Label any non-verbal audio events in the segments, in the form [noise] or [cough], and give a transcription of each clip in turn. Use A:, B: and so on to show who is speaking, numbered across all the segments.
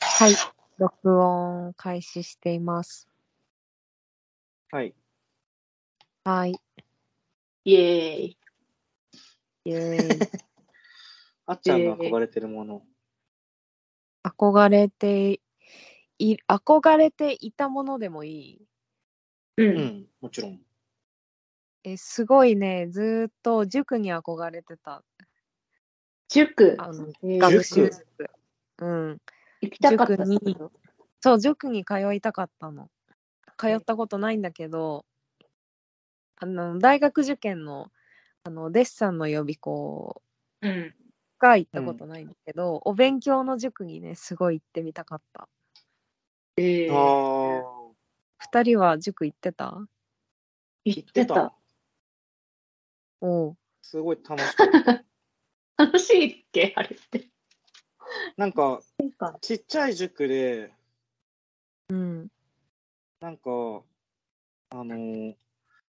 A: はい。録音開始しています。
B: はい。
A: はい。
C: イエーイ。
A: イエ [laughs] ーイ
B: あっちゃんが憧れてるもの。
A: 憧れてい、憧れていたものでもいい
C: うん。
B: うん、もちろん。
A: え、すごいね、ずーっと塾に憧れてた。
C: 塾。
A: あの、
C: えー
A: 学習塾。うん。
C: 行きたかった
A: 塾にそう、塾に通いたかったの。通ったことないんだけど、あの、大学受験の、あの、デッサンの予備校
C: うん。
A: が行ったことないんだけど、お勉強の塾にね、すごい行ってみたかった。
C: ええ
B: ああ、
A: 二人は塾行ってた
C: 行
B: 言
C: っ
B: ってて
C: た
B: た。。
A: おう
B: すごい楽し
C: [laughs]
B: かった。
C: 楽しいっけあれって。
B: なんか、
C: か
B: ちっちゃい塾で、
A: うん。
B: なんか、あのー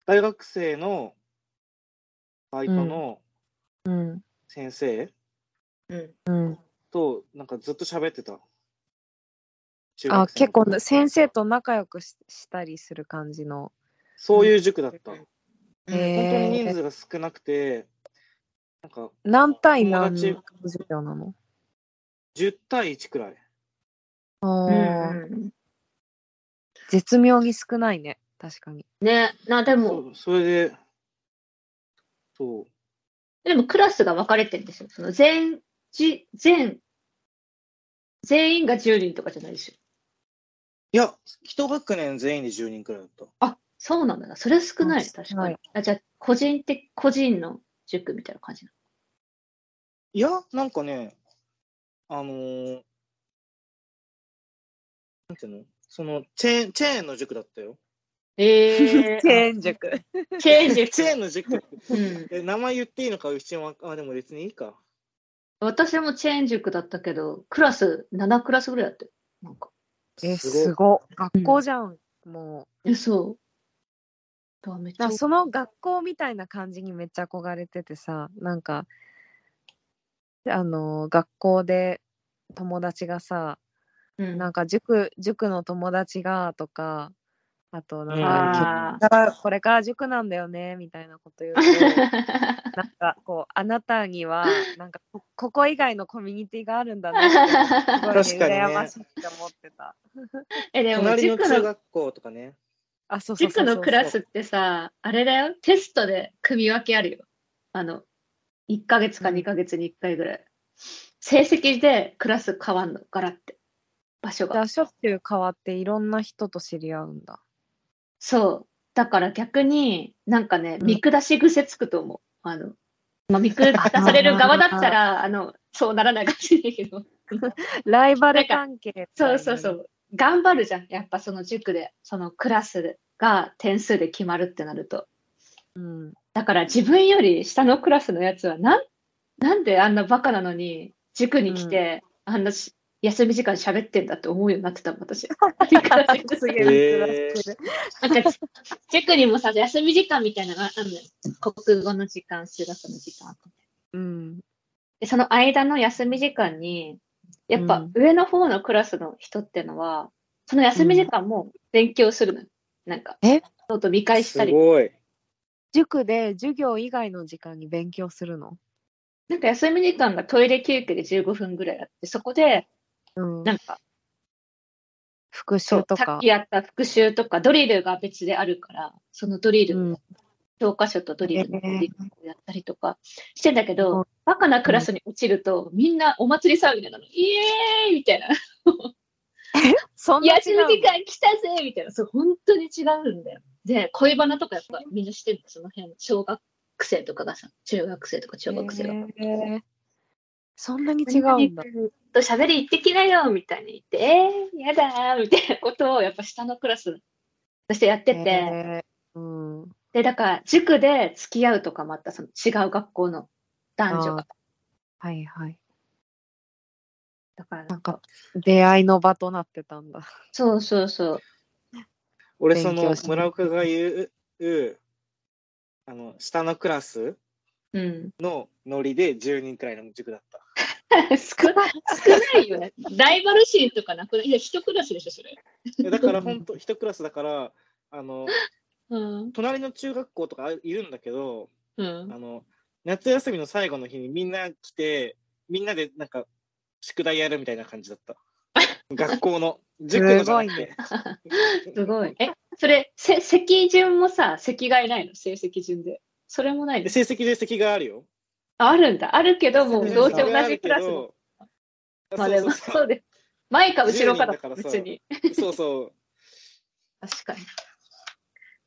B: 大学生のバイトの
A: うん。
B: 先生
C: うん。
A: うん。
B: と、なんかずっと喋ってた。中
A: あ、
B: 学生の
A: 結構
B: 頃
A: な先生と仲良くししたりする感じの。
B: そういう塾だった。
C: うん
B: 本当に
A: え
B: 人
A: ー、
B: 数が少なくて、なんか
A: 何対何の
B: 友達
A: 授業なの
B: 10対1くらい。
C: う
A: あー
C: ん。
A: 絶妙に少ないね。確かに。
C: ね、な、で
B: そ
C: も、
B: うそれで、そう。
C: でもクラスが分かれてるんですよ。その全、じ、全、全員が10人とかじゃないですよ。
B: いや、一学年全員で10人くらいだった。
C: あ、そうなんだな。それ少な
A: う
C: い。
A: ん
C: 確
A: 少な
C: か
A: い
C: に。あ、じゃあ、個人的、個人の塾みたいな
A: [laughs]
C: 感じなの。
B: いや、なんかね、あのーなんていうのそのチェーン、チェーンの塾だったよ。
A: ー
C: え
A: ン塾。
C: チェーン塾。
B: チェーンの塾。
C: うん。
B: え、名前言っていいのか、うちは、あ、でも別にいいか。
C: 私もチェーン塾だったけど、クラス、7クラスぐらいだったよ。なんか。
A: え、
B: すごい
A: すごい。学校じゃん。も
C: え、そう。だめっ
A: う。
C: ちゃ
A: なんかその学校みたいな感じにめっちゃ憧れててさ、なんか、あの、学校で友達がさ、
C: うん
A: なんか塾塾の友達がとかあとなんか、
C: あ
A: だからこれから塾なんだよねみたいなこと
C: [laughs]
A: 言うとなんかこうあなたにはなんかこここ以外のコミュニティがあるんだなってすごい、
C: ー
A: ね、
B: 確かにね
A: 羨ましいって思ってた
C: [laughs] え、でも
B: 隣の
C: 塾
B: 中
C: の、
B: 学校とかね。
A: あそうそうそ
C: 塾
A: うそう
C: のクラスってさ、あれだよ、テストで組み分けあるよ。あの、1ヶ月か
A: うん
C: 2ヶ月に1回ぐらい。成績でクラス変わんの、ガラって。場所
A: じゃ
C: が
A: あ。しょっちゅう変わっていろんな人と知り合うんだ
C: そう。だから逆に、なんかね、
A: うん
C: 見下し癖つくと思う。あの、まあ、見下される側だったら、 [laughs] あの、そうならないかもしれないけど。
A: ライバル
C: なんか
A: 関係みたい
C: そ
A: な
C: うそうそう。頑張るじゃん。やっぱその塾で、そのクラスが点数で決まるってなると。
A: うん
C: だから自分より下のクラスのやつはなん、なんであんなバカなのに、塾に来て、あんなし休み時間喋ってんだって思うようになってたもん、私。 [laughs]
A: すげえ
B: えー
C: なんか、塾にもさ、休み時間みたいなのがあるのよ。国語の時間、数学の時間。
A: うん
C: で、その間の休み時間に、やっぱ上の方のクラスの人ってのは、その休み時間も勉強するのよ。なんか、
A: え
C: ノート見返し
B: す
C: たり。
B: ごい。
A: 塾で授業以外の時間に勉強するの
C: なんか休み時間がトイレ休憩で15分ぐらいあって、そこで、
A: うん
C: なんか、
A: 復
C: そ
A: 習
C: う、
A: と
C: さ
A: か
C: っきやった復習とか、ドリルが別であるから、そのドリル、
A: うん
C: 教科書とドリル
A: へ
C: の
A: え
C: ドリルをやったりとかしてんだけど、
A: うん
C: バカなクラスに落ちると、みんなお祭り騒ぎなの、イエーイみたいな、
A: そんな違
C: 休
A: うの
C: み時間来たぜみたいな、そう、本当に違うんだよ。で、恋バナとかやっぱみんなしてるの、その辺、小学生とかがさ、中学生とか中学生が。
A: へーそんなに違うんだ。
C: と喋り行ってきなよみたいに言って、えー、やだーみたいなことをやっぱ下のクラスとしてやってて、
A: へーうん、
C: で、だから塾で付き合うとかもあった、その違う学校の男女
A: あー
C: が。
A: はいはい。
C: だから
A: な
C: なんん
A: か
C: か、
A: 出会いの場となってたんだ。
C: そうそうそう。
B: 俺、そ
A: 勉強
B: の
A: し、て
B: 村岡が言う、うあの、下のクラス
C: うん、 [laughs]
B: のノリで10人くらいの塾だった。
C: 少ない少ないいよね。ライバル心とかなくないいや、一クラスでしょ、それ。
B: やだから本当、一クラスだから、あの、
C: うん。
B: 隣の中学校とかいるんだけど、
C: うん。
B: あの、夏休みの最後の日にみんな来て、みんなでなんか、宿題やるみたいな感じだ
C: [laughs]
B: った。学校の、塾のじゃなくて。 [laughs]
C: すごい。え、それ、せ席順もさ、席がいないの成績順で。それもない
B: で
C: です。
B: 成績で席があるよ。
C: ああるんだ。あるけど、も
B: 成
C: う
B: 績
C: どうせ
B: で席が
C: 同
B: ある
C: じク
B: け
C: ラスの。
B: どあ
C: まあ
B: そう
C: で
B: そ
C: も、
B: う
C: そ
B: そう
C: で。前か後ろかだ
B: 10人だからさ
C: 別に。
B: う。そうそう。
C: 確かに。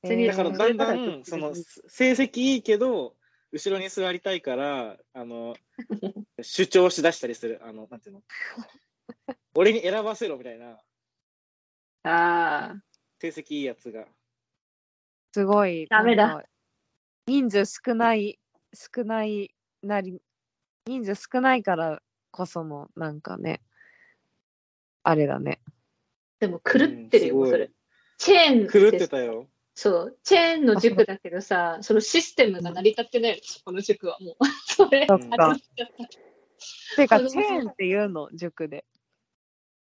A: え
C: 次
A: ー
B: だからだんだ
C: そういうこ
B: ん
C: と
B: その成績いいけど後ろに座りたいからあ
C: [laughs]
B: の主張しだしたりするあのなんていうの俺に選ばせろみたいな
C: ああ。
B: 成績いいやつが
A: すごい。
C: ダメだ
A: なんか。人数少ない、少ないなり、人数少ないからこその、なんかね、あれだね。
C: でも狂ってるよ、
B: うんすごい
C: それ。チェーン
B: 狂ってたよ
C: そう、チェーンの塾だけどさ、そのシステムが成り立ってないの、この塾はもう。 [laughs] それ、
A: そ
B: そ
A: っ
B: っ
A: か
B: か。
A: てか、
C: 子供
A: チ
C: さん
A: ェーンっていうの、塾で。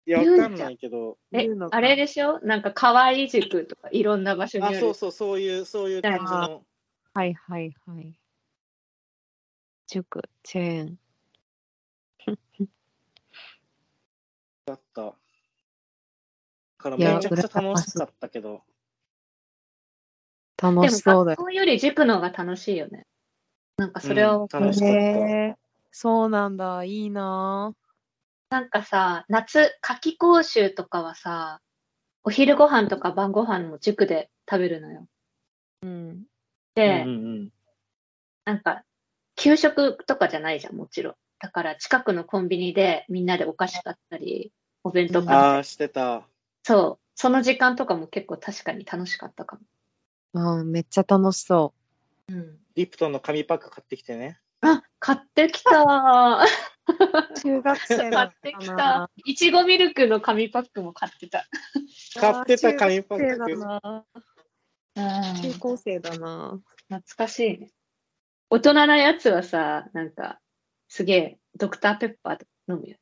B: いや
C: 言うん
B: わ
C: じゃ
B: か
C: ん
B: んないけど
C: え
A: 言うの、か
C: あれでしょなんか可愛い塾とかいろんな場所にあ
B: あ
C: る。
B: そうそうそういうそういう感じの
A: はいはいはい。塾、チェーン。
B: だっただから
A: い
B: め
A: や
B: ちゃくちゃ楽しかったけど
A: 楽
C: で
A: し
C: も
A: そうだ
C: 学
A: よ
C: 校より塾の方が楽しいよね。なんかそれ
B: う
C: を
B: ん、楽しかった、
A: ね。そうなんだ、いいな
C: なんかさ、夏、夏季講習とかはさ、お昼ご飯とか晩ご飯も塾で食べるのよ。
A: ぁ。うん。
C: で、
B: うんうん
C: なんか、給食とかじゃないじゃん、もちろん。だから近くのコンビニでみんなでお菓子買ったり、お弁当
B: う
C: 買っ
B: ん、
C: たり
B: ああしてた
C: そう。その時間とかも結構確かに楽しかったかも。
A: うん、めっちゃ楽しそ
C: うん。
B: リプトンの紙パック買ってきてね
C: あ、買ってきた。
A: う。中学生
C: 買
A: だっ
C: ってき
A: た
C: た
A: な。。
C: いちごミルクの紙パックも買ってた。
B: 買ってた
A: 中
B: 紙パ
A: 学生だ
B: ック
A: な。
C: うん。
A: 中
C: 懐
A: 高生だな。
C: かしいね。大人なやつはさ、なんか、すげえ、ドクターペッパーとか飲 [laughs] むよ。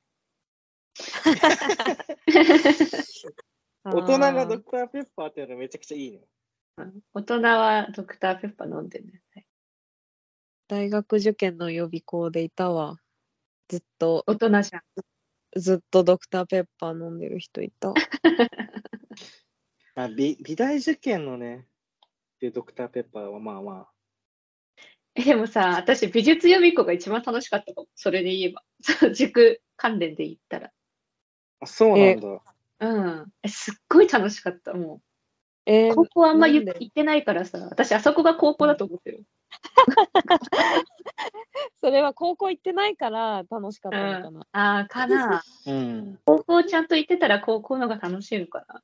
B: 大人がド
A: こ
B: クターペッパーっていうのめちゃくちゃいいね
C: うん大人はドクターペッパー飲んでるね。はい
A: 大学受験の予備校でいたわ。ずっと、
C: 大人じゃん。
A: ずっとドクターペッパー飲んでる人いた。
B: まあ、美美大受験のね、っていうドクターペッパーはまあま
C: えでもさ、私、美術予備校が一番楽しかったかも。それで言えば。 [laughs] そう塾関連で言ったら。
B: あ。あそうなんだ。
C: うん。えすっごい楽しかった。も
A: え
C: う、
A: ー
C: 高、校あんま言
A: なんで
C: 行ってないからさ、私、あそこが高校だと思ってる。
A: それは高校行ってないから楽しかったのかな。
C: ああ、かな。
B: うん。
C: 高校ちゃんと行ってたら高校のが楽しいのかな。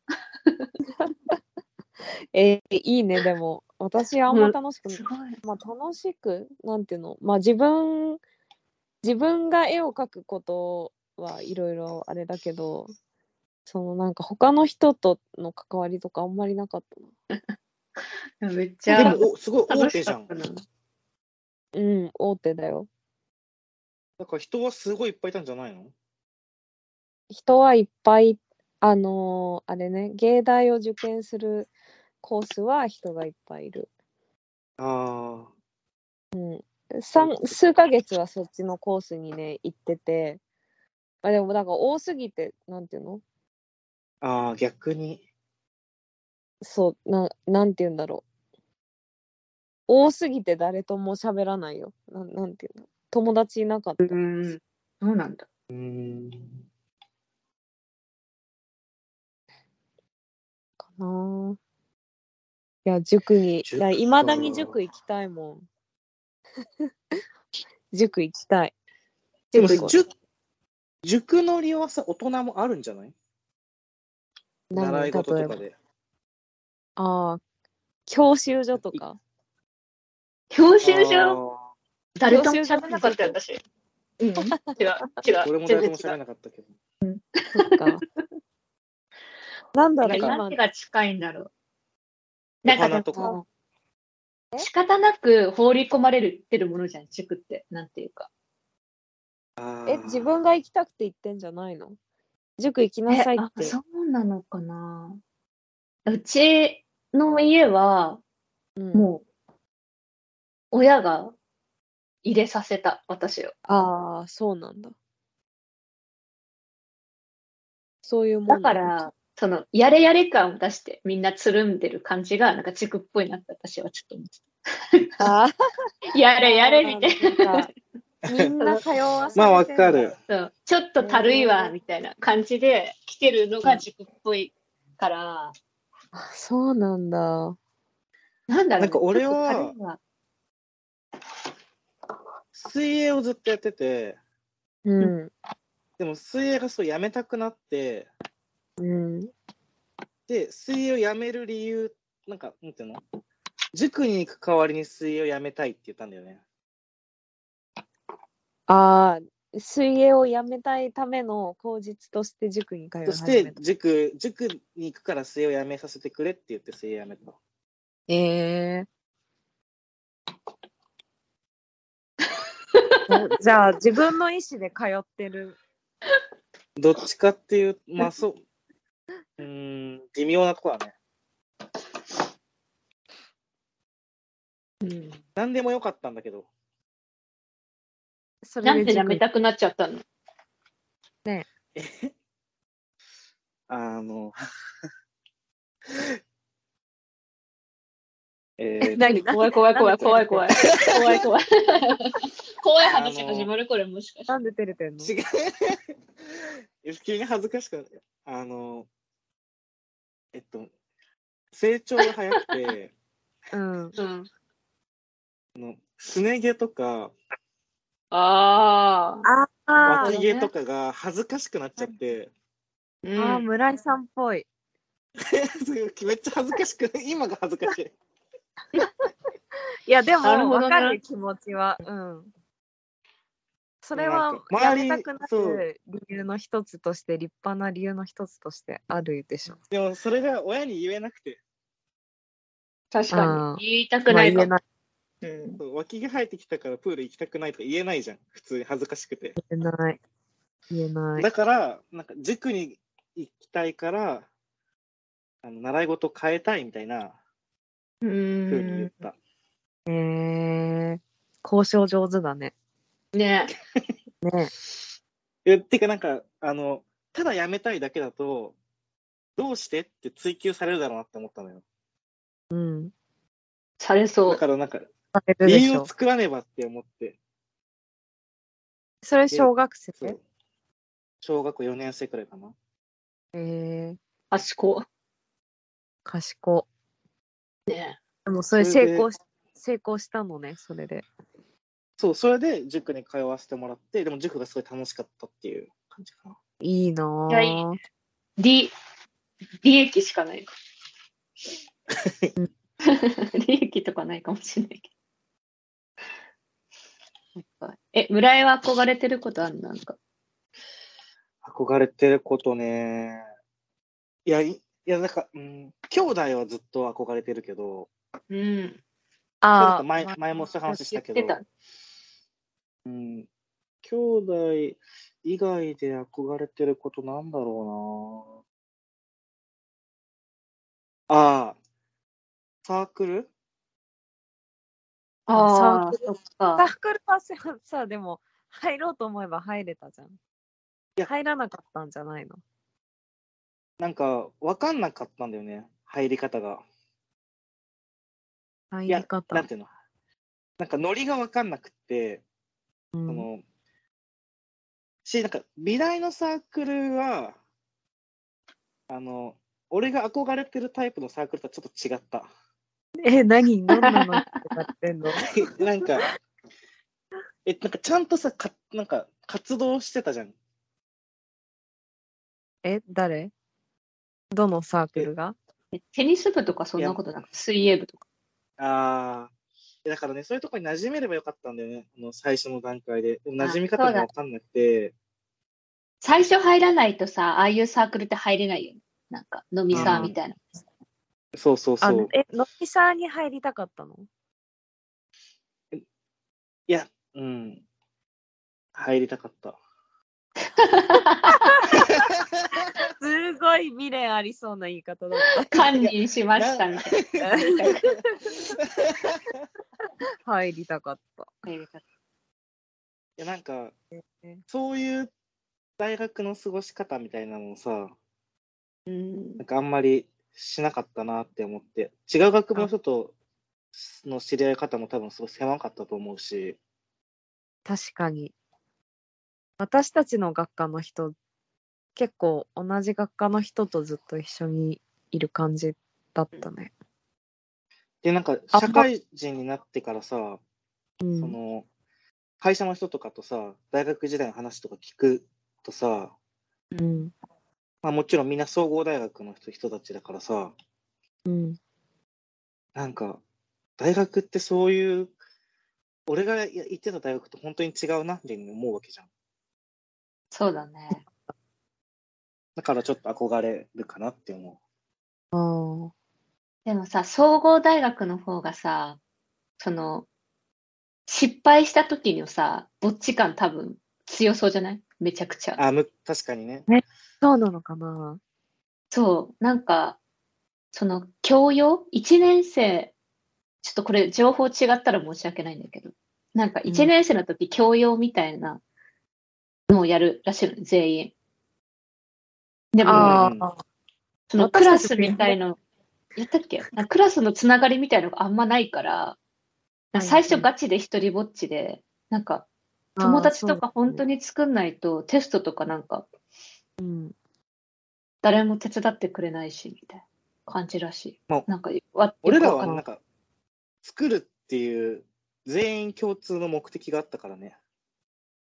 A: えーいいね、でも。私あんま楽しくない
C: すごい。
A: まあ、楽しくなんていうの、まあ、自分自分が絵を描くことはいろいろあれだけどそのなんか他の人との関わりとかあんまりなかっ
C: めっち
B: で
C: ゃ
B: もおすごい大
C: 楽
B: 手
C: し
B: じ
C: か
B: ゃん
C: った。な。
A: たなうん大手だよ
B: だから人はすごいいっぱいいたんじゃないの
A: 人はいっぱいあのーあれね芸大を受験するコースは人がいっぱいいる
B: あ
A: さん数ヶ月はそっちのコースにね行ってて、まあ、でもなんか多すぎてなんていうの
B: あ、ああ、逆に。
A: そう、な、なんて言うんだろう。多すぎて誰とも喋らないよ。なん、なんていうの。友達いなかった。
C: うん。そうなんだ。
B: うーん。
A: かな。いや、塾に、い
B: 塾
A: や、
B: か
A: いまだに塾行きたいもん。 [laughs] 塾行きたい。
B: でも
A: 塾行こ
B: 塾、塾の利用はさ、大人もあるんじゃないう
A: 何
B: 習い事
A: 例え
B: と
A: ば
B: かで。
A: ああ、教習所とか。
C: 教習所
B: あ
C: 誰とも喋らなかったよ、
A: 教
C: 私。うん。違う、
B: あ俺
C: 違う。
B: も誰と
C: 全然違
B: も喋ら
C: う。
B: なかったけど。
A: そっか。なんだろう、今
C: 何、が近いんだろう。
B: お
C: なんか
B: 花
C: で
B: とか。
C: も、仕方なく放り込まれるってるものじゃん、塾って。なんていうか。
A: え、自分が行きたくて行ってんじゃないの塾行きなさいっ
C: えあ
A: て。
C: そうなのかな。うちの家は、
A: うん
C: もう、親が入れさせた、私を。
A: ああ、そうなんだ。そういうも
C: だ
A: ん
C: か
A: なんだ
C: ら、その、やれやれ感を出して、みんなつるんでる感じが、なんか塾っぽいなって、私はちょっと思って
A: [laughs] あ
C: た。やれ
A: ー
C: やれみたいな。
A: んかみんな通わせて
B: まあわかる。
C: そうちょっとたるいわ、
A: うん
C: みたいな感じで来てるのが塾っぽいから、
A: あそうなんだ。
C: なんだろうね、
B: なんか俺は
C: ちょっと軽いわ
B: 水泳をずっとやってて、
A: うん。
B: でも水泳がそうやめたくなって、
A: うん。
B: で、水泳をやめる理由、なんか、なんていうの塾に行く代わりに水泳をやめたいって言ったんだよね。
A: ああ、水泳をやめたいための口実として塾に通い
B: そし
A: 始め
B: て
A: た。
B: 塾、塾に行くから水泳をやめさせてくれって言って水泳やめた。
A: ええー。 [laughs] おじゃあ自分の意思で通ってる。
B: どっちかっていう、まあそう、うーん、微妙なとこだね。
A: うん、
B: 何でもよかったんだけど、
A: そ
C: なん
A: れ
C: で
A: で
C: や
A: 塾
C: め
A: に
C: たくなっちゃったの
B: あの、 [laughs]
A: え
B: えー、
A: [laughs] 何
C: 怖い怖い怖い怖い怖い怖い怖い怖い
B: あ
C: 話
B: の
C: 始まるこれもしかして
A: なんで照れてんの
B: 違う。 [laughs] 急に恥ずかしくなる。あの、えっと、成長が早く
A: [laughs]
B: て、
A: [laughs] うん。
C: うん
B: あのすね毛とか
C: あ
A: あ
C: あー
A: あ
B: 脇毛とかが恥ずかしくなっちゃって、
C: うん
A: ああ、村井さんっぽい。
B: それ [laughs] めっちゃ恥ずかしくない今が恥ずかしい。
A: いや、でも、
C: なるほどね
A: わかる気持ちは。うん。それ
B: なん
A: は
B: か、
A: や
B: 周
A: め
B: り
A: たくな
B: そう
A: る理由の一つとして、立派な理由の一つとしてあるでしょ。
B: でもそれが親に言えなくて、
C: 確
A: あ
C: か
A: ー
C: に言いたく
A: まあ
C: ない
A: 言
C: か
A: えない。
C: うん
B: そう脇毛生えてきたからプール行きたくないとか言えないじゃん。普通に恥ずかしくて。
A: 言えない。言えない。
B: だから、なんか塾に行きたいから、あの習い事変えたいみたいな
C: う
B: ふうに言っ
C: ん
B: た。
A: えー、交渉上手だね。
C: ね
A: ね
B: えてかなんかあのただ辞めたいだけだとどうしてって追求されるだろうなって思ったのよ
A: うん。
C: されそ
B: だ
C: う
B: からなんか
A: されるで
B: 理
A: し
B: 由
A: ょ
B: を。作らねばって思って
A: それ、小学生
B: そう小学校4年生くらいかな
A: えー、
C: 賢
A: 賢。
C: いね
A: でも、それ
B: それで
A: 成功し、成功したのね、それで。
B: そうそれで塾に通わせてもらってでも塾がすごい楽しかったっていう感じかない
A: いなぁ
C: いやいい利利益しかないか利益とかないかもしれないけどそっかえ村井は憧れてることあるなんか
B: 憧れてることねいやいいやなんか、うん、兄弟はずっと憧れてるけど
C: うん
B: それ
A: あ
B: なん
A: あ
B: か、前前もそういう話したけど
C: 言って
B: うん、兄弟以外で憧れてることなんだろうな。ああ、サークル
C: たあ
A: サー
C: あ
A: ク
C: そっ
A: サー
C: か
A: クルはささでも入ろうと思えば入れたじゃん。入らなかったんじゃないの
B: なんか分かんなかったんだよね、入り方が。
A: 入
B: いや
A: り方。
B: なんていうのなんかノリが分かんなくって、
A: う
B: そ
A: ん、
B: の、し、なんか美大のサークルは、あの、俺が憧れてるタイプのサークルとはちょっと違
A: [laughs]
B: った。
A: え、何どんなのやってんの
B: えなんか、え、なんかちゃんとさ、かなんか活動してたじゃん。
A: え、誰どのサークルが
C: テニス部とかそんなことなく水泳部とか
B: ああ。えだからね、そういうとこに馴染めればよかったんだよね、あの最初の段階で。でも馴染み方
C: そう
B: が
C: だ
B: 分かんなくて、
C: 最初入らないとさああいうサークルって入れないよねなんか飲みサー
B: うん
C: みたいな
B: そうそう
A: あ
B: そう。
A: え、ノミサーに入りたかったの
B: いや、うん。入りたかった。
A: すごい未練ありそうな言い方だっ
C: 堪忍しましたみたいな。
A: た。入りたかった。
B: いやなんかそういう大学の過ごし方みたいなのをさ
C: うん
B: なんかあんまりしなかったなって思って違う学部の人との知り合い方も多分すごい狭かったと思うし
A: 確かに。私たちの学科の人、結構同じ学科の人とずっと一緒にいる感じだったね。
B: でなんか
A: あ
B: 社会人になってからさ
A: うん
B: その会社の人とかとさ大学時代の話とか聞くとさ、
A: うん
B: まあ、もちろんみんな総合大学の人人たちだからさ
A: うん
B: なんか大学ってそういう俺がい行ってた大学と本当に違うなって思うわけじゃん。
C: そうだね。
B: だからちょっと憧れるかなって思
A: あー
C: でもさ、総合大学の方がさ、その、失敗した時のさ、ぼっち感多分強そうじゃないめちゃくち
B: う。
C: ゃ。
B: あむ確かにね。
A: そうなのかな
C: そう、なんか、その、教養 ?1 年生、ちょっとこれ情報違ったら申し訳ないんだけど、なんか
A: うん
C: 1年生の時、教養みたいなのをやるらしいの、全員。でも、
A: あ
B: うん
A: あ、
C: そのク
A: 私
C: ラ
A: たち
C: スみたいの、やったっ
A: [laughs]
C: けなんかクラスのつながりみたいのがあんまないから、なんか最初ガチで一人ぼっちで、なんか友達とか本当
A: に。
C: に作んないとテストとかなんか
A: うん
C: 誰も手伝ってくれないしみたいな感じらしい
B: も。う
C: なんかわ
B: 俺らは
C: よくわかん
B: な
C: な
B: ん
C: い
B: か作るっていう全員共通の目的があったからね。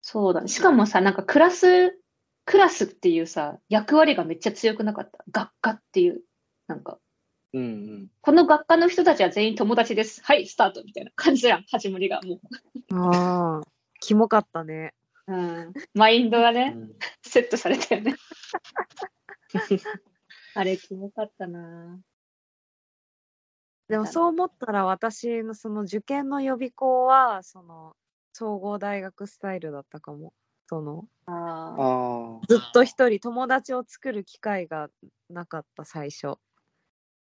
C: そうだね。しかもさ、なんかクラス、クラスっていうさ、役割がめっちゃ強くなかった。学科っていう、なんか、
B: うんうん。
C: この学科の人たちは全員友達です。はい、スタートみたいな感じじゃん、始まりが。もう。
A: ああ、キモかったね。
C: うん、マインドがね、
B: うん
C: セットされたよね。 [laughs] あれ、キモかったな
A: でもそう思ったら私のその受験の予備校はその総合大学スタイルだったかもその
C: ああ
B: ああ。
A: ずっと一人友達を作る機会がなかった最初、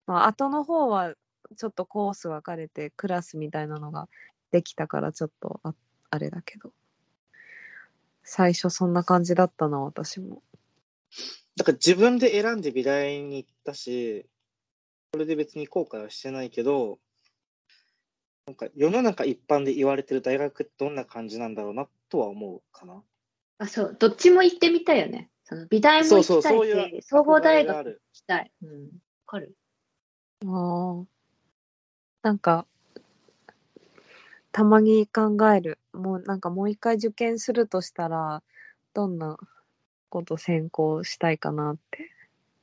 A: まあ後の方はちょっとコース分かれてクラスみたいなのができたからちょっとああれだけど最初そんな感じだったな私も
B: だから自分で選んで美大に行ったし、それで別に後悔はしてないけど、なんか世の中一般で言われてる大学ってどんな感じなんだろうなとは思うかな。
C: あ。そう、どっちも行ってみたいよね。その美大も行きた
B: そうそうそう
C: い
B: い
C: し、総合大
B: 憧れがあ
C: 学も行
B: る
C: きたい。うん、わかる
A: ああなんかたまに考えるもうなんかもう一回受験するとしたらどんなこと専攻したいかなって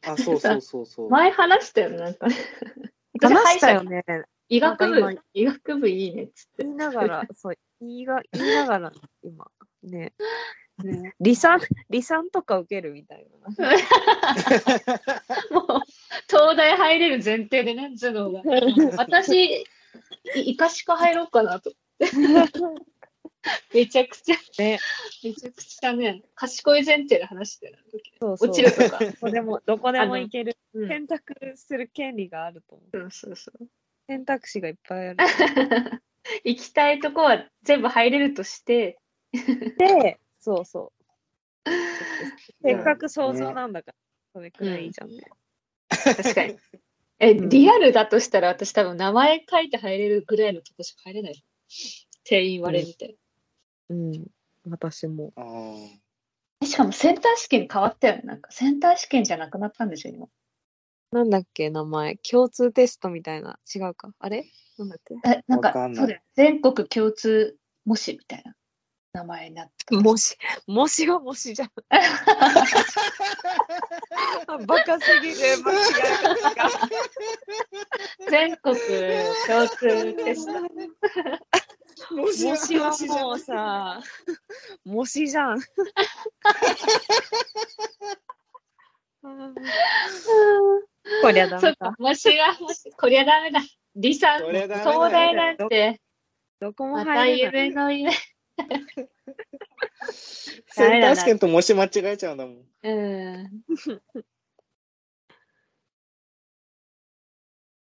B: あ、そうそうそうそう。
C: 前話したよね、なんかね。 [laughs] 私
A: 話したよね
C: 医
A: なんか
C: 学部
A: 今、
C: 医学部いいねっつって。
A: 言いながら [laughs] そう言いが言いながら今ね
C: ね、
A: 離散離散とか受けるみたいな
C: [laughs] もう、東大入れる前提でね、頭 [laughs] 脳が。私、い医科歯科入ろうか [laughs] なと。めちゃくちゃ、
A: [laughs] ね
C: めちゃくちゃね、賢い前提で話してる時
A: そうそう
C: 落ちると
B: [laughs]
C: か。
A: どこ [laughs] でもどこで
C: あ
A: も
C: の
A: 行ける
C: うん
A: 選択する権利があると思う
C: そうそうそう。
A: 選択肢がいっぱいある
C: [laughs] 行きたいとこは全部入れるとして、
A: で、そうそう。
C: い
A: [laughs] せ
C: や
A: っかく想像なんだから、それくらいいいじゃんね。
C: 確か [laughs] に。え、
A: うん
C: リアルだとしたら私多分名前書いて入れるぐらいのとこしか入れない。定員割れみたいな。
A: うん、私も。
B: あ
C: [laughs]
B: ー
C: えしかもセンター試験変わったよね。なんかセンター試験じゃなくなったんでしょ、今。
A: なんだっけ、名前。共通テストみたいな。違うか。あれなんだっけ
C: え、なんか、
B: わかんない
C: そうだよ。全国共通模試みたいな名前になった。
A: もし、もしはもしじゃ [laughs] ん。バカすぎる。間違
C: [laughs] 全国共通テス [laughs]
A: い
C: ト。
A: もしはもう [laughs] さ、もしじゃん。 [laughs] こりゃダ
C: そ
A: メ
C: っか
A: か。、
C: 模試が、模試こりゃダメだ。理さん、
B: こりゃダメだ
C: 東
B: よ
C: 大なんて、
A: どこも
C: また
A: 入れない。
C: 夢の夢。ダメ
B: セン
C: だ
B: タ
C: な
B: ー試験と模試間違えちゃうんだもん。
C: うん。
A: [laughs]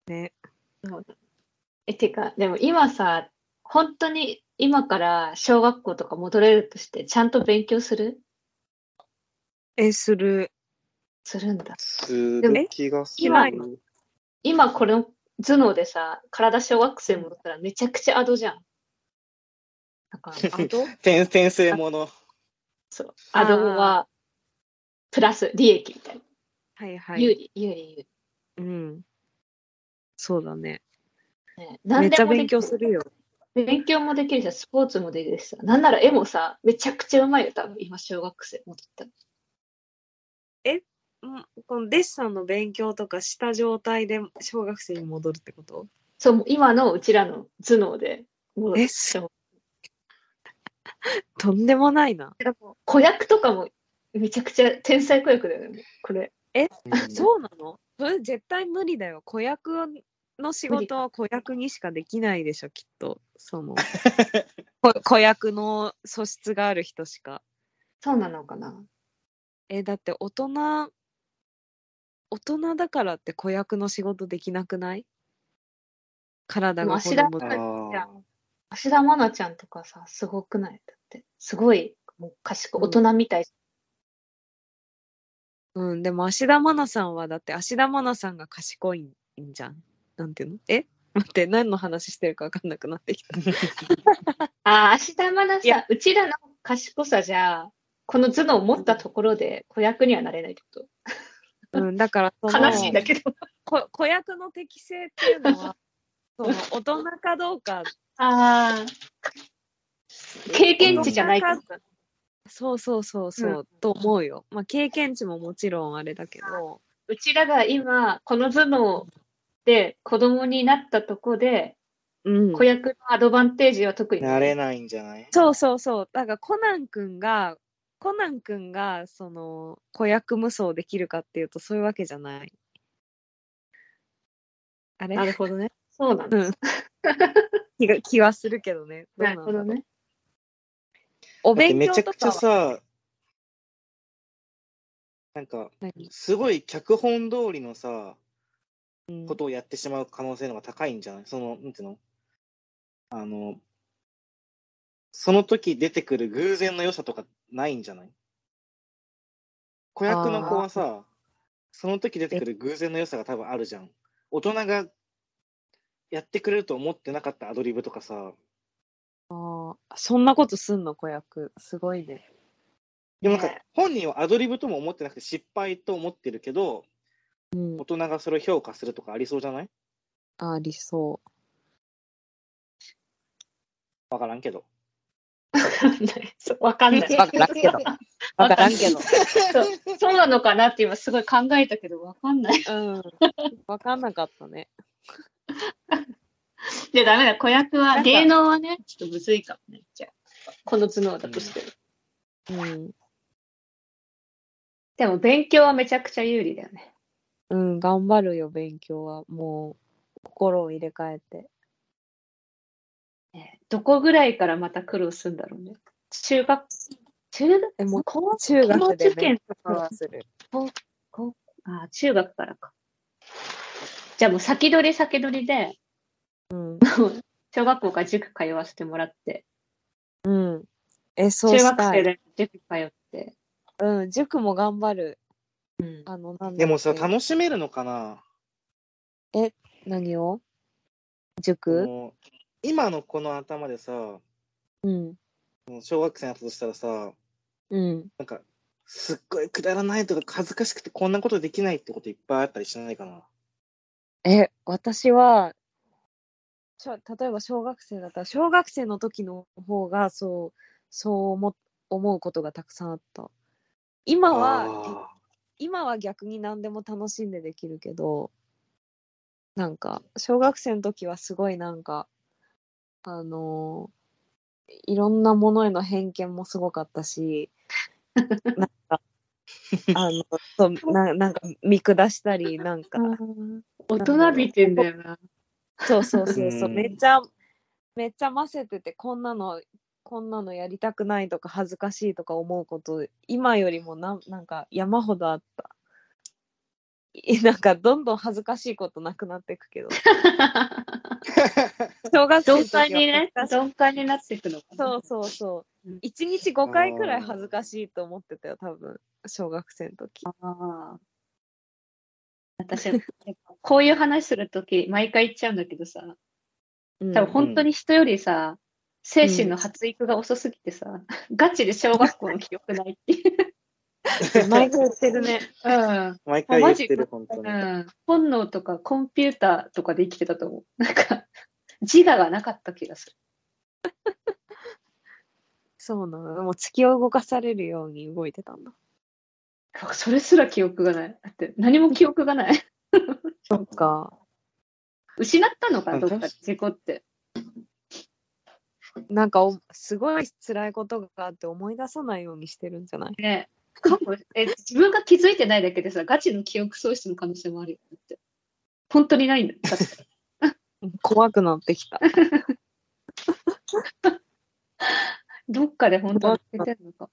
A: ね。
C: え、てか、でも今さ、本当に今から小学校とか戻れるとして、ちゃんと勉強する
A: え、する。
C: するんだ。
B: す
A: でも
B: る気がする。
A: 今
C: 今この頭脳でさ、体小学生戻ったらめちゃくちゃアドじゃん。だから、アド
B: 転転生もの。
A: [laughs]
C: そう。アドは、プラス利益みたいな。
A: はいは
C: 有
A: い。
C: 利、有利、有利。
A: うん。そうだね。
C: ね、
A: め
C: 何
A: っち
C: で
A: ゃ
C: もで
A: 勉
C: きる
A: 強するよ。
C: 勉強もできるし、スポーツもできるしさ、なんなら絵もさ、めちゃくちゃうまいよ、多分今、小学生戻ったら。
A: うんこのデッサンの勉強とかした状態で小学生に戻るってこと
C: そう、もう今のうちらの頭脳で戻る
A: えすとんでもないな。
C: でも子役とかもめちゃくちゃ天才子役だよね、これ。
B: う
A: そうなのそれ絶対無理だよ。子役の仕事は子役にしかできないでしょ、きっと。そ
C: [laughs]
A: のこ子役の素質がある人しか。
C: そうなのかな。
A: え、だって大人、大人だからって子役の仕事できなくない体が子供
C: ま
A: だ
C: あ
A: から。
C: じ
B: [laughs] あ
C: ゃあ、芦田愛菜ちゃんとかさ、すごくないだって、すごい、もう賢い、
A: うん
C: 大人みたい。
A: うん、でも芦田愛菜さんはだって芦田愛菜さんが賢いんじゃん。なんていうのえ待って何の話してるか分かんなくなってき
C: [laughs]
A: た。
C: ああ、芦田愛菜
A: い
C: さん
A: や、
C: うちらの賢さじゃ、この頭脳を持ったところで子役にはなれないってこ
A: うん、だからそ
C: と。
A: の
C: 悲しいんだけど。
A: こ子役の適性っていうの [laughs] はその大人かどうか
C: ああ。経験
A: 大
B: うん
C: 値
A: 人
C: じゃない
A: か
C: か。
A: そうそうそうそう、と思うよ。まあ経験値ももちろんあれだけど。
C: うちらが今、この頭脳で子供になったとこで、
A: うん、
C: 子役のアドバンテージは特に。
B: なれないんじゃない
A: そうそうそう。だからコナン君がコナン君がその子役無双できるかっていうとそういうわけじゃない。あれ
C: なるほどね。そうなんだ。
A: うん気が気はするけどね。どう
C: な
A: なん
C: る
A: だろ
C: ほ
A: う
C: どね。 [laughs]
A: お
B: だって
A: 勉
B: め
A: 強
B: ちゃ
A: と
B: くち
A: か
B: ゃ
A: は
B: さ、なんか、
A: 何
B: すごい脚本通りのさ、
A: うん
B: ことをやってしまう可能性の方が高いんじゃないその、なんていうのあの、その時出てくる偶然の良さとかないんじゃない子役の子はさ、その時出てくる偶然の良さが多分あるじゃん。大人がやってくれると思ってなかったアドリブとかさ、
A: あーそんなことすんの子役すごいね。
B: でもなん
C: ね
B: か本人はアドリブとも思ってなくて失敗と思ってるけど、
A: うん
B: 大、人がそれを評価するとかありそうじゃない
A: ありそ
B: わからんけど。
C: わかんないそうわかんない。
A: わからんけどう。わからんけど。
C: そうそうなのかなって今すごい考えたけど、わかんない。 [laughs]
A: うん。わかんなかったね。
C: いや、ダメだ。子役
A: な
C: は、
A: んか
C: 芸能はね、ちょっとむずいかもね。じゃあ、この頭脳だとしても。
A: うん。
C: でも、勉強はめちゃくちゃ有利だよね。
A: うん、頑張るよ、勉強は。もう、心を入れ替えて。
C: ねどこぐらいからまた苦労するんだろうね。中学、中学
A: え、もう、
C: 高
A: 中
C: 高
A: 学で
C: 受
A: 勉
C: 験とか
A: 強
C: は
A: はする。
C: あ、中学からか。じゃあもう先取り先取りで、
A: うん。
C: 小学校から塾通わせてもらって、
A: うん。え、そう
C: 中
A: し
C: 学
A: た
C: 生
A: い。
C: で塾通って、
A: うん、塾も頑張る。
C: うん
A: あの、なんだっけ
B: でもさ、楽しめるのかな
A: 何を
B: こ
A: 塾
B: の今のこの頭でさ、
A: うん。
B: 小学生だったとしたらさ、
A: うん。
B: なんか、すっごいくだらないとか恥ずかしくてこんなことできないってこといっぱいあったりしないかな。
A: え、私は、しょ例えば小学生だったら、小学生の時の方が、そう、そう思思うことがたくさんあった。今は、
B: あ
A: 今は逆に何でも楽しんでできるけどなんか小学生の時はすごいなんかあのーいろんなものへの偏見もすごかったしなんかあのそうななんか見下したりなんか
C: 大人びて
A: [laughs]
C: んだよな。
A: そうそうそうそう
B: うん
A: めっちゃめっちゃませててこんなのこんなのやりたくないとか恥ずかしいとか思うこと今よりもななんか山ほどあったいなんかどんどん恥ずかしいことなくなっていく [laughs] けど小学生の
C: 鈍
A: 時は
C: 感にね
A: 恥ずかしい
C: 鈍感になっていくのかな
A: そうそうそううん1日5回くらい恥ずかしいと思ってたよ多分小学生の時
C: ああ。私、こういう話するとき、毎回言っちゃうんだけどさ、
A: うん
C: 多分本当に人よりさ、精神の発育が遅すぎてさ、ガチで小学校の記憶ないっていう。
A: 毎回言ってるね
C: うん。
B: [laughs] 毎回言ってる、本当に。
C: うん。本能とかコンピューターとかで生きてたと思う。なんか、自我がなかった気がする。
A: そうなのもう月を動かされるように動いてたんだ
C: それすら記憶がない。だって何も記憶がない。
A: そっか
C: 失ったのか、どっか
B: うん
C: で事故って。
A: なんかおすごい辛いことがあって思い出さないようにしてるんじゃない
C: ねかもえ自分が気づいてないだけでさ、ガチの記憶喪失の可能性もあるよねって。本当にないんだ。だって
A: うん怖くなってきた
C: どっかで本当に忘れてるのか。